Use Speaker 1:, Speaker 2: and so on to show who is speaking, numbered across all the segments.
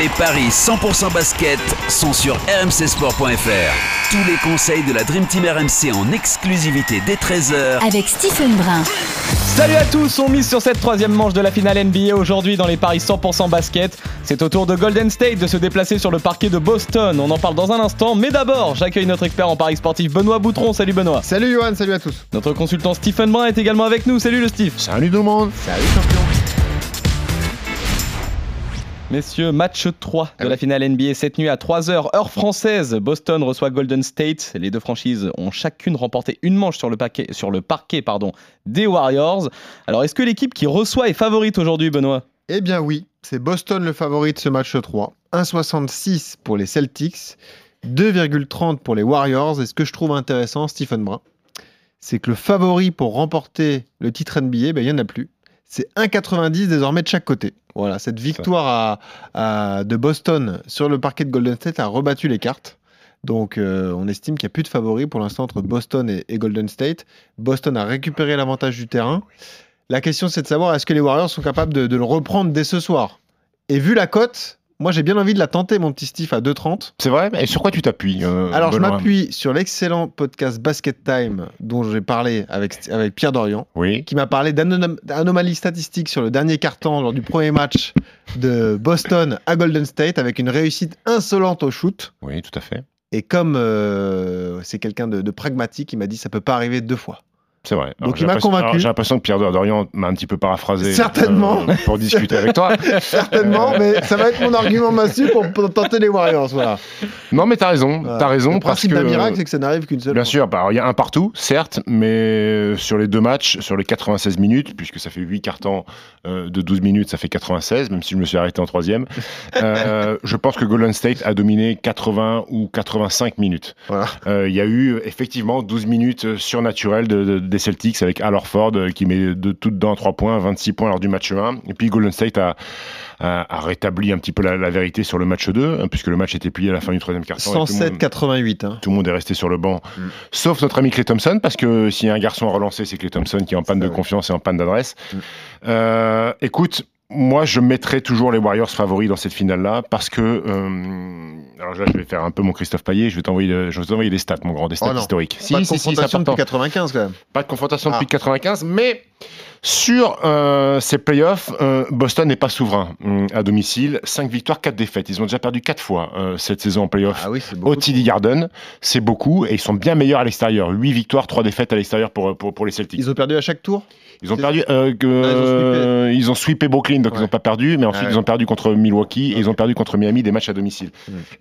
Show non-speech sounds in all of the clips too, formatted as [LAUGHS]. Speaker 1: Les paris 100% basket sont sur rmcsport.fr. Tous les conseils de la Dream Team RMC en exclusivité dès 13h
Speaker 2: Avec Stephen Brun.
Speaker 3: Salut à tous, on mise sur cette troisième manche de la finale NBA aujourd'hui dans les paris 100% basket. C'est au tour de Golden State de se déplacer sur le parquet de Boston. On en parle dans un instant, mais d'abord, j'accueille notre expert en paris sportif Benoît Boutron. Salut Benoît.
Speaker 4: Salut Johan, salut à tous.
Speaker 3: Notre consultant Stephen Brun est également avec nous. Salut le Steve.
Speaker 4: Salut tout le monde. Salut champion.
Speaker 3: Messieurs, match 3 de la finale NBA cette nuit à 3h, heure française. Boston reçoit Golden State. Les deux franchises ont chacune remporté une manche sur le, paquet, sur le parquet pardon, des Warriors. Alors, est-ce que l'équipe qui reçoit est favorite aujourd'hui, Benoît
Speaker 4: Eh bien oui, c'est Boston le favori de ce match 3. 1,66 pour les Celtics, 2,30 pour les Warriors. Et ce que je trouve intéressant, Stephen Brun, c'est que le favori pour remporter le titre NBA, ben, il n'y en a plus. C'est 1,90 désormais de chaque côté. Voilà, cette victoire à- à- de Boston sur le parquet de Golden State a rebattu les cartes. Donc euh, on estime qu'il n'y a plus de favori pour l'instant entre Boston et- et Golden State. Boston a récupéré l'avantage du terrain. La question, c'est de savoir est-ce que les Warriors sont capables de, de le reprendre dès ce soir. Et vu la cote, moi j'ai bien envie de la tenter, mon petit Steve, à 2,30.
Speaker 5: C'est vrai Et sur quoi tu t'appuies euh,
Speaker 4: Alors je
Speaker 5: Benoît
Speaker 4: m'appuie sur l'excellent podcast Basket Time dont j'ai parlé avec, avec Pierre Dorian,
Speaker 5: Oui.
Speaker 4: qui m'a parlé d'anom- d'anomalies statistiques sur le dernier carton lors du premier match de Boston à Golden State avec une réussite insolente au shoot.
Speaker 5: Oui, tout à fait.
Speaker 4: Et comme euh, c'est quelqu'un de, de pragmatique, il m'a dit ça peut pas arriver deux fois.
Speaker 5: C'est vrai. Alors,
Speaker 4: il
Speaker 5: j'ai
Speaker 4: m'a
Speaker 5: l'impression-
Speaker 4: convaincu.
Speaker 5: alors, J'ai l'impression que Pierre Dorian m'a un petit peu paraphrasé.
Speaker 4: Certainement.
Speaker 5: euh, pour discuter
Speaker 4: [LAUGHS]
Speaker 5: avec toi.
Speaker 4: Certainement, mais ça va être mon argument massif pour, pour tenter les Warriors. Voilà.
Speaker 5: Non, mais t'as raison.
Speaker 4: Voilà.
Speaker 5: T'as raison
Speaker 4: Le
Speaker 5: parce
Speaker 4: principe
Speaker 5: que.
Speaker 4: d'un miracle, c'est que ça n'arrive qu'une seule
Speaker 5: Bien
Speaker 4: fois.
Speaker 5: sûr, bah, alors, il y a un partout, certes, mais euh, sur les deux matchs, sur les 96 minutes, puisque ça fait 8 cartons euh, de 12 minutes, ça fait 96, même si je me suis arrêté en troisième, [LAUGHS] euh, je pense que Golden State a dominé 80 ou 85 minutes.
Speaker 4: Voilà.
Speaker 5: Euh, Il y a eu effectivement 12 minutes euh, surnaturelles de- de- des Celtics avec Al Horford euh, qui met de tout dedans 3 points, 26 points lors du match 1. Et puis Golden State a, a- a rétabli un petit peu la, la vérité sur le match 2, hein, puisque le match était plié à la fin du troisième quart.
Speaker 4: 107-88. hein.
Speaker 5: Tout le monde est resté sur le banc,
Speaker 4: Mm.
Speaker 5: sauf notre ami Clay Thompson, parce que s'il y a un garçon à relancer, c'est Clay Thompson qui est en panne de
Speaker 4: vrai.
Speaker 5: confiance et en panne d'adresse.
Speaker 4: Mm.
Speaker 5: Euh, écoute, moi, je mettrai toujours les Warriors favoris dans cette finale-là, parce que. euh, alors là, je vais faire un peu mon Christophe Payet, je vais t'envoyer, le- je vais t'envoyer des stats, mon grand, des stats
Speaker 4: Oh non.
Speaker 5: historiques. Si,
Speaker 4: Pas de
Speaker 5: si, si, c'est
Speaker 4: confrontation
Speaker 5: important.
Speaker 4: depuis 95 quand même.
Speaker 5: Pas de confrontation
Speaker 4: Ah.
Speaker 5: depuis 95, mais sur euh, ces playoffs, euh, Boston n'est pas souverain hum, à domicile. 5 victoires, 4 défaites. Ils ont déjà perdu 4 fois euh, cette saison en playoffs
Speaker 4: Ah oui, c'est
Speaker 5: au TD Garden, c'est beaucoup et ils sont bien meilleurs à l'extérieur. 8 victoires, 3 défaites à l'extérieur pour, pour, pour les Celtics. Ils ont,
Speaker 4: Ils ont perdu à chaque tour
Speaker 5: perdu. euh, que- euh,
Speaker 4: Non,
Speaker 5: ils ont sweepé Brooklyn, donc
Speaker 4: Ouais.
Speaker 5: ils n'ont pas perdu, mais ensuite
Speaker 4: Ah ouais.
Speaker 5: ils ont perdu contre Milwaukee et ils ont perdu contre Miami des matchs à domicile.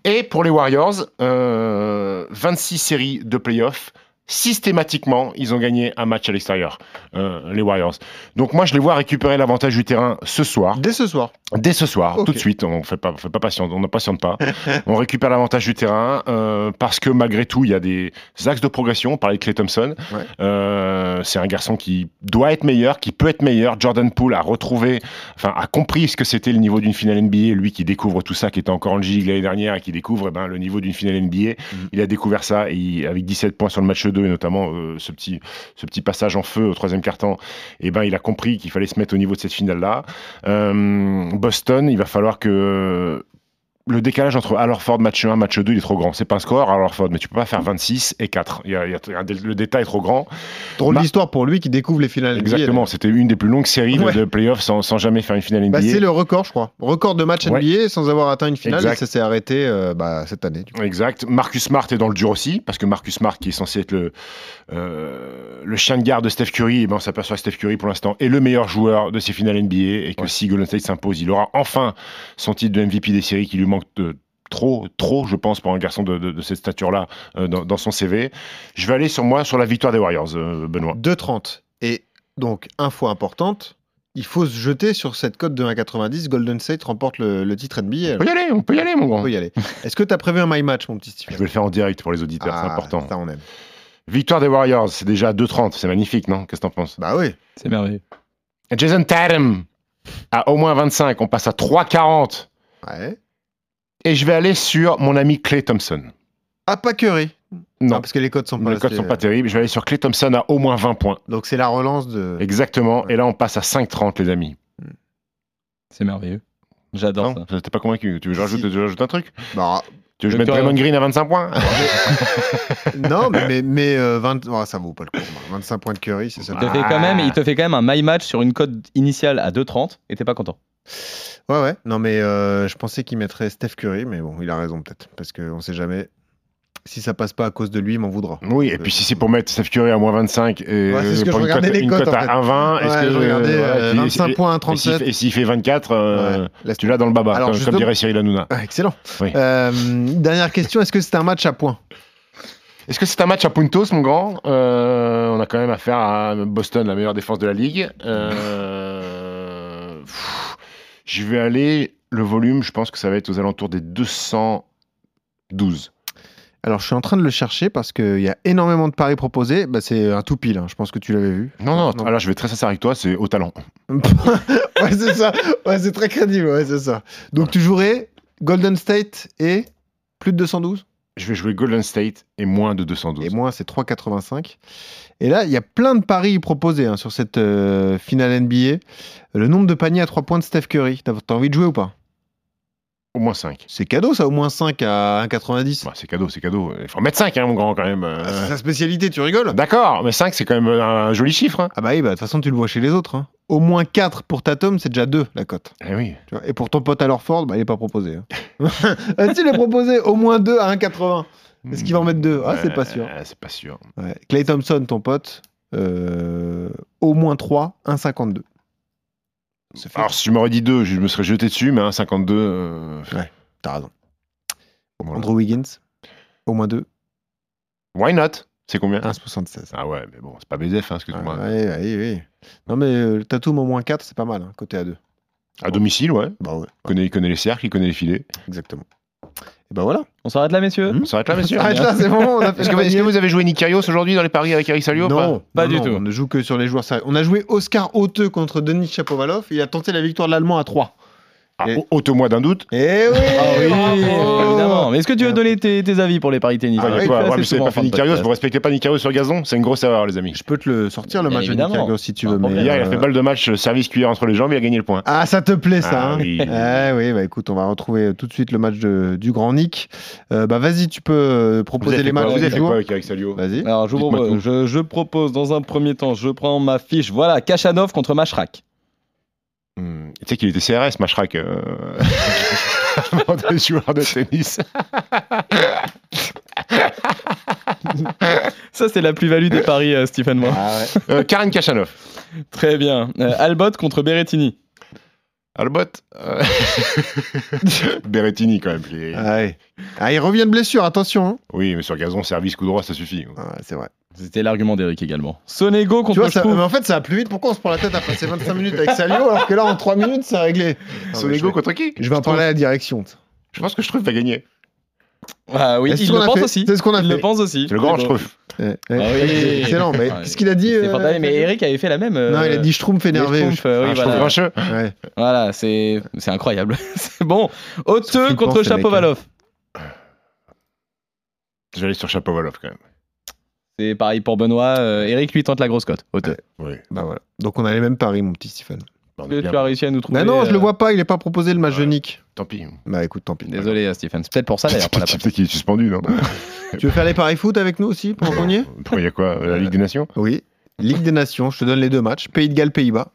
Speaker 5: Et pour les Warriors, euh, 26 séries de playoffs. Systématiquement, ils ont gagné un match à l'extérieur, euh, les Warriors. Donc moi, je les vois récupérer l'avantage du terrain ce soir.
Speaker 4: Dès ce soir.
Speaker 5: Dès ce soir,
Speaker 4: Ok.
Speaker 5: tout de suite, on fait pas, fait pas patiente, on ne patiente pas. [LAUGHS] on récupère l'avantage du terrain euh, parce que malgré tout, il y a des axes de progression. On parlait de Clay Thompson.
Speaker 4: Ouais.
Speaker 5: Euh, c'est un garçon qui doit être meilleur, qui peut être meilleur. Jordan Poole a retrouvé, enfin, a compris ce que c'était le niveau d'une finale NBA. Lui qui découvre tout ça, qui était encore en G-League l'année dernière et qui découvre eh ben, le niveau d'une finale NBA.
Speaker 4: Mhm.
Speaker 5: Il a découvert ça et il- avec 17 points sur le match 2 et notamment euh, ce, petit, ce petit passage en feu au troisième quart-temps, eh ben, il a compris qu'il fallait se mettre au niveau de cette finale-là. Euh, Boston, il va falloir que euh, le décalage entre Al Horford match 1, match 2, il est trop grand. C'est pas un score, Al Horford, mais tu peux pas faire 26 et 4. Il y a- il y a- il y a un dé- le détail est trop grand.
Speaker 4: Drôle
Speaker 5: Bah-
Speaker 4: d'histoire pour lui qui découvre les finales. NBA,
Speaker 5: Exactement, c'était une des plus longues séries de-
Speaker 4: Ouais.
Speaker 5: de playoffs sans, sans jamais faire une finale
Speaker 4: là.
Speaker 5: NBA.
Speaker 4: Bah, c'est le record, je crois. Record de match
Speaker 5: Ouais.
Speaker 4: NBA sans avoir atteint une finale.
Speaker 5: Exact.
Speaker 4: Et ça s'est arrêté euh, bah, cette année. du coup.
Speaker 5: Exact. Marcus Smart est dans le dur aussi, parce que Marcus Smart, qui est censé être le, euh, le chien de garde de Steph Curry, et ben on s'aperçoit que Steph Curry, pour l'instant, est le meilleur joueur de ces finales NBA, et que si Golden State s'impose, il aura enfin son titre de MVP des séries qui lui manque de- trop, trop, je pense, pour un garçon de, de- de cette stature-là euh, dans, dans son CV. Je vais aller sur moi, sur la victoire des Warriors, euh, Benoît.
Speaker 4: 2,30. Et donc, info importante il faut se jeter sur cette cote de 1,90. Golden State remporte le, le titre NBA.
Speaker 5: On peut y aller, on peut y aller, mon
Speaker 4: On
Speaker 5: grand.
Speaker 4: peut y
Speaker 5: [LAUGHS]
Speaker 4: aller. Est-ce que tu as prévu un my match, mon petit
Speaker 5: Je
Speaker 4: Steve
Speaker 5: vais le faire en direct pour les auditeurs, c'est
Speaker 4: Ah,
Speaker 5: important.
Speaker 4: Ça, on aime.
Speaker 5: Victoire des Warriors, c'est déjà à 2,30, c'est magnifique, non Qu'est-ce que t'en penses
Speaker 4: Bah oui.
Speaker 3: C'est merveilleux.
Speaker 5: Jason Tatum à au moins 25, on passe à 3,40.
Speaker 4: Ouais.
Speaker 5: Et je vais aller sur mon ami Clay Thompson.
Speaker 4: Ah, pas Curry.
Speaker 5: Non,
Speaker 4: Ah, parce que les codes sont pas
Speaker 5: les codes
Speaker 4: restés.
Speaker 5: sont pas terribles. Je vais aller sur Clay Thompson à au moins 20 points.
Speaker 4: Donc c'est la relance de.
Speaker 5: Exactement. Et là, on passe à 5,30, les amis. Hein
Speaker 3: C'est merveilleux. J'adore ça.
Speaker 5: Non, t'es pas convaincu. Tu veux que je rajoute,
Speaker 4: Si.
Speaker 5: tu veux que je rajoute un truc
Speaker 4: Bah,
Speaker 5: Tu veux que je
Speaker 3: Le
Speaker 5: mette
Speaker 3: cœur-
Speaker 5: Draymond Green à 25 points
Speaker 4: non, mais, mais, mais, euh, 20... ah, ça vaut pas le coup. 25 points de Curry, c'est ça.
Speaker 3: Il te, fait
Speaker 5: Ah.
Speaker 3: quand même, il te fait quand même un my match sur une cote initiale à 2,30 et t'es pas content.
Speaker 4: Ouais, ouais. Non, mais euh, je pensais qu'il mettrait Steph Curry, mais bon, il a raison peut-être. Parce qu'on sait jamais. Si ça passe pas à cause de lui, il m'en voudra.
Speaker 5: [LAUGHS] Oui, et puis si c'est pour mettre Steph Curry à moins 25 et euh,
Speaker 4: Ouais, c'est ce que
Speaker 5: pour
Speaker 4: je
Speaker 5: une
Speaker 4: regardais
Speaker 5: cote-
Speaker 4: les
Speaker 5: une
Speaker 4: cotes,
Speaker 5: cote
Speaker 4: en
Speaker 5: à
Speaker 4: fait.
Speaker 5: 1,20,
Speaker 4: Ouais,
Speaker 5: est-ce que
Speaker 4: je regardais
Speaker 5: voilà,
Speaker 4: euh,
Speaker 5: et puis-
Speaker 4: 25 points à
Speaker 5: Et s'il
Speaker 4: 37.
Speaker 5: fait- et s'il fait 24, euh,
Speaker 4: Ouais, laisse
Speaker 5: tu l'as dans le baba,
Speaker 4: Alors,
Speaker 5: comme,
Speaker 4: juste
Speaker 5: comme
Speaker 4: de-
Speaker 5: dirait Cyril Hanouna.
Speaker 4: Ah, excellent.
Speaker 5: Oui.
Speaker 4: Euh, dernière question, est-ce que c'est un match à points
Speaker 5: Est-ce que c'est un match à Puntos, mon grand Euh, On a quand même affaire à Boston, la meilleure défense de la ligue. Euh, pff, Je vais aller, le volume, je pense que ça va être aux alentours des 212.
Speaker 4: Alors je suis en train de le chercher parce qu'il y a énormément de paris proposés. Bah, c'est un tout pile, hein. je pense que tu l'avais vu.
Speaker 5: Non, non,
Speaker 4: Non.
Speaker 5: alors je vais être très sincère avec toi, c'est au talent.
Speaker 4: ouais, c'est ça. Ouais, c'est très crédible, ouais, c'est ça. Donc tu jouerais Golden State et plus de 212
Speaker 5: Je vais jouer Golden State et moins de 212.
Speaker 4: Et moins, c'est 3,85. Et là, il y a plein de paris proposés hein, sur cette euh, finale NBA. Le nombre de paniers à 3 points de Steph Curry, t'as t'as envie de jouer ou pas
Speaker 5: Au moins 5.
Speaker 4: C'est cadeau ça, au moins 5 à 1,90.
Speaker 5: c'est cadeau, c'est cadeau. Il faut en mettre 5, hein, mon grand, quand même.
Speaker 4: Ah,
Speaker 5: Euh,
Speaker 4: C'est sa spécialité, tu rigoles
Speaker 5: D'accord, mais 5, c'est quand même un joli chiffre. hein.
Speaker 4: Ah bah oui, bah, de toute façon, tu le vois chez les autres. hein. Au moins 4 pour Tatum, c'est déjà 2 la cote.
Speaker 5: Eh oui.
Speaker 4: tu vois. Et pour ton pote à Lorford, bah, il n'est pas proposé. [LAUGHS] Hein. Est-il est proposé au moins 2 à 1,80 Est-ce qu'il va en mettre deux Ah, c'est pas sûr.
Speaker 5: Euh, c'est pas sûr.
Speaker 4: ouais. Clay Thompson, ton pote, euh, au moins 3, 1,52. Ça fait-
Speaker 5: Alors, si je m'aurais dit 2, je me serais jeté dessus, mais un 52. euh,
Speaker 4: T'as raison.
Speaker 5: voilà.
Speaker 4: Andrew Wiggins, au moins 2,
Speaker 5: Why not C'est combien
Speaker 4: 1,76.
Speaker 5: Ah ouais, mais bon, c'est pas BZF, hein, excuse-moi.
Speaker 4: Ah, ouais, ouais, ouais. Non, mais euh, le Tatum au moins 4, c'est pas mal, hein, côté à 2.
Speaker 5: À domicile, ouais.
Speaker 4: Bah ouais,
Speaker 5: Il connaît, il connaît les cercles, il connaît les filets.
Speaker 4: exactement. Et bah voilà.
Speaker 3: On s'arrête là, messieurs
Speaker 4: Hmm
Speaker 5: On s'arrête là, messieurs.
Speaker 4: Arrête là, c'est bon, on a fait
Speaker 5: [LAUGHS] Est-ce que,
Speaker 4: le
Speaker 5: est-ce que
Speaker 4: panier.
Speaker 5: vous avez joué Nikarios aujourd'hui dans les paris avec Eric Salio
Speaker 4: non,
Speaker 5: ou
Speaker 3: pas du
Speaker 4: non,
Speaker 3: tout.
Speaker 4: On ne joue que sur les joueurs sérieux. On a joué Oscar Hauteux contre Denis Chapovalov. Il a tenté la victoire de l'Allemand à 3.
Speaker 5: pas
Speaker 4: Et-
Speaker 5: Ah, Ôte-moi d'un doute.
Speaker 4: Eh oui,
Speaker 3: Ah
Speaker 4: bravo
Speaker 3: évidemment. Mais est-ce que tu veux donner tes, tes avis pour les paris tennis
Speaker 5: Ah,
Speaker 3: Parce
Speaker 5: il y a
Speaker 3: que
Speaker 5: quoi
Speaker 3: ça,
Speaker 5: Ouais,
Speaker 3: c'est
Speaker 5: mais c'est
Speaker 3: souvent
Speaker 5: pas
Speaker 3: en fin
Speaker 5: fait
Speaker 3: de
Speaker 5: Nikarios,
Speaker 3: podcast.
Speaker 5: vous respectez pas Nikarios sur gazon C'est une grosse erreur, les amis.
Speaker 4: Je peux te le sortir le
Speaker 3: Bien
Speaker 4: match de
Speaker 3: évidemment.
Speaker 4: Nicaragua si tu
Speaker 3: Pas
Speaker 4: veux.
Speaker 3: de
Speaker 4: mais,
Speaker 3: problème.
Speaker 5: Hier, il a
Speaker 4: euh,
Speaker 5: fait balle de match, euh, service cuillère entre les jambes, il a gagné le point.
Speaker 4: Ah, ça te plaît ça.
Speaker 5: Ah
Speaker 4: hein
Speaker 3: [LAUGHS]
Speaker 5: oui.
Speaker 4: Eh oui, bah écoute, on va retrouver tout de suite le match de- du grand Nick. Euh, bah vas-y, tu peux euh,
Speaker 5: Vous
Speaker 4: proposer
Speaker 5: avez
Speaker 4: les
Speaker 5: fait quoi-
Speaker 4: matchs
Speaker 5: vous
Speaker 4: du
Speaker 5: avez fait
Speaker 4: jour.
Speaker 5: quoi avec Eric Salio
Speaker 4: Vas-y.
Speaker 3: Alors, je, vous
Speaker 5: Dites-moi
Speaker 3: propose- je- je propose dans un premier temps, je prends ma fiche. Voilà, Kachanov contre Machrak.
Speaker 5: Hmm, Tu sais qu'il était CRS, Machrak. Euh... [LAUGHS] avant d'être joueur de tennis.
Speaker 3: Ça, c'est la plus-value des paris, euh, Stephen. Moi.
Speaker 4: Ah ouais.
Speaker 5: Euh, Karen Kachanov.
Speaker 3: Très bien. Euh, Albot contre Berrettini.
Speaker 5: Albot. [LAUGHS] euh, Berrettini, quand même. qui est-
Speaker 4: [LAUGHS] Ah ouais. Ah, il revient de blessure, attention. hein.
Speaker 5: Oui, mais sur gazon, service, coup droit, ça suffit.
Speaker 4: Ah, c'est vrai.
Speaker 3: C'était l'argument d'Eric également. Sonego
Speaker 4: Tu vois,
Speaker 3: contre
Speaker 4: ça-
Speaker 3: Struve.
Speaker 4: mais en fait, ça va plus vite. Pourquoi on se prend la tête après ces 25 minutes avec Salio alors que là, en 3 minutes, c'est réglé Non, mais je
Speaker 5: Sonego
Speaker 4: vais-
Speaker 5: contre qui
Speaker 4: Je vais en parler à la direction.
Speaker 5: Je pense que je trouve va gagner.
Speaker 3: Ah oui,
Speaker 4: Est-ce
Speaker 3: il
Speaker 4: qu'on
Speaker 3: le
Speaker 4: a
Speaker 3: pense
Speaker 4: fait
Speaker 3: aussi.
Speaker 4: C'est ce qu'on a
Speaker 3: Il
Speaker 4: fait.
Speaker 3: le pense aussi.
Speaker 5: C'est le grand, je trouve.
Speaker 4: Ouais,
Speaker 3: Ah
Speaker 4: ouais,
Speaker 3: oui.
Speaker 4: c'est Excellent, mais
Speaker 3: Ah oui.
Speaker 4: qu'est-ce qu'il a dit
Speaker 3: C'est
Speaker 4: euh,
Speaker 3: fantastique, mais Eric avait fait la même. euh,
Speaker 4: Non, il a dit Schtroumpf
Speaker 3: les
Speaker 4: énervé.
Speaker 3: Schtroumpfs, euh, oui,
Speaker 5: Ah, je trouve
Speaker 3: voilà.
Speaker 5: grincheux.
Speaker 4: Ouais.
Speaker 3: Voilà, c'est c'est incroyable. [LAUGHS] c'est bon. Oteux
Speaker 4: flippants,
Speaker 3: contre
Speaker 4: ces mecs,
Speaker 3: Chapovalov.
Speaker 5: Je vais aller sur Chapovalov quand même.
Speaker 3: C'est pareil pour Benoît. Euh, Eric lui tente la grosse cote. Oteux.
Speaker 5: Oui.
Speaker 4: Bah voilà. Donc on a les mêmes paris, mon petit Stephen.
Speaker 5: Bon, on est
Speaker 3: Est-ce que
Speaker 5: bien.
Speaker 3: tu as réussi à nous trouver
Speaker 4: Bah non, je
Speaker 3: euh,
Speaker 4: le vois pas, il est pas proposé le match de
Speaker 5: Ouais.
Speaker 4: Nick.
Speaker 5: Tant pis.
Speaker 4: Bah écoute, tant pis.
Speaker 3: Désolé, euh, Stephen. C'est peut-être pour ça
Speaker 5: [LAUGHS]
Speaker 3: d'ailleurs. pour la
Speaker 5: Peut-être qu'il est suspendu, non
Speaker 4: [LAUGHS] Tu veux faire les paris foot avec nous aussi pendant qu'on y est
Speaker 5: Pourquoi il y a quoi La Ligue des Nations
Speaker 4: Oui. Ligue des Nations, je te donne les deux matchs. Pays de Galles, Pays-Bas.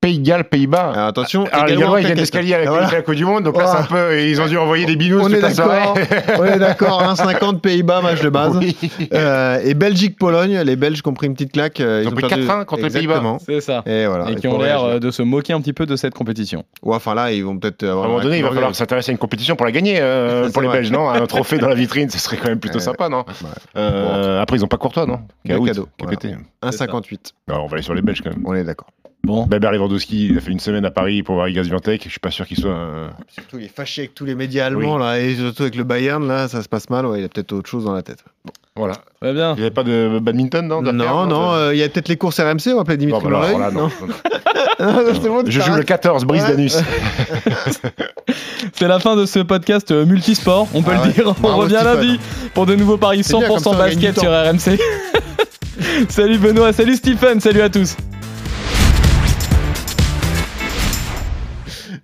Speaker 5: [LAUGHS] Pays de Galles, Pays-Bas.
Speaker 4: Alors, attention,
Speaker 5: Alors, les
Speaker 4: Ah, également
Speaker 5: Gallois, ils viennent
Speaker 4: claquette.
Speaker 5: d'escalier avec
Speaker 4: Ah, voilà.
Speaker 5: la Coupe du Monde, donc là,
Speaker 4: Voilà.
Speaker 5: c'est un peu. Ils ont dû envoyer des binous
Speaker 4: On
Speaker 5: toute
Speaker 4: est
Speaker 5: la soirée.
Speaker 4: d'accord. [LAUGHS] On est d'accord, 1,50 Pays-Bas, match de base. [LAUGHS]
Speaker 5: Oui.
Speaker 4: Euh, et Belgique-Pologne, les Belges qui ont pris une petite claque. euh,
Speaker 5: Ils ont pris
Speaker 4: perdu-
Speaker 5: 4-1 contre les Pays-Bas.
Speaker 4: Exactement.
Speaker 3: C'est ça.
Speaker 4: Et voilà.
Speaker 3: Et
Speaker 4: il
Speaker 3: qui
Speaker 4: faut
Speaker 3: ont l'air
Speaker 4: réagir.
Speaker 3: euh, de se moquer un petit peu de cette compétition.
Speaker 4: Ouais, enfin là, ils vont peut-être
Speaker 5: euh, À
Speaker 4: avoir.
Speaker 5: un moment donné, il va falloir s'intéresser à une compétition pour la gagner,
Speaker 4: [LAUGHS]
Speaker 5: euh,
Speaker 4: C'est
Speaker 5: pour les
Speaker 4: vrai.
Speaker 5: Belges, non Un trophée dans la vitrine, ce serait quand même plutôt
Speaker 4: Ouais.
Speaker 5: sympa, non Euh, Après, ils ont pas Courtois, non Qui a
Speaker 4: Deux
Speaker 5: out,
Speaker 4: cadeaux,
Speaker 5: qui a
Speaker 4: voilà.
Speaker 5: pété.
Speaker 4: 1,58.
Speaker 5: Alors, on va aller sur les Belges quand même.
Speaker 4: On est d'accord.
Speaker 3: Bon.
Speaker 5: Bébert Lewandowski, il a fait une semaine à Paris pour voir Igaz Viantec. Je suis pas sûr qu'il soit. euh,
Speaker 4: Surtout, il est fâché avec tous les médias allemands, là, et surtout avec le Bayern, là, ça se passe mal. Ouais, il a peut-être autre chose dans la tête.
Speaker 5: Voilà.
Speaker 3: Très bien.
Speaker 5: Il n'y avait pas de badminton, non
Speaker 4: Non,
Speaker 5: d'affaires,
Speaker 4: non,
Speaker 5: ça-
Speaker 4: euh, il y a peut-être les courses RMC, on va appeler
Speaker 5: Bon,
Speaker 4: Dimitri
Speaker 5: bah, alors
Speaker 4: Blanc. [LAUGHS]
Speaker 5: là, non, non, non.
Speaker 4: c'est bon,
Speaker 5: Je joue le
Speaker 4: t'arrêtes.
Speaker 5: 14, Brise
Speaker 4: Ouais.
Speaker 5: Danus.
Speaker 4: [LAUGHS]
Speaker 3: C'est la fin de ce podcast euh, multisport, on peut le
Speaker 4: Ah ouais.
Speaker 3: dire. On
Speaker 4: Bravo,
Speaker 3: revient
Speaker 4: Stéphane.
Speaker 3: lundi pour de nouveaux paris
Speaker 4: C'est bien, comme ça,
Speaker 3: 100% [LAUGHS]
Speaker 4: on gagne du
Speaker 3: basket
Speaker 4: temps.
Speaker 3: sur RMC. salut Benoît, salut Stephen, salut à tous.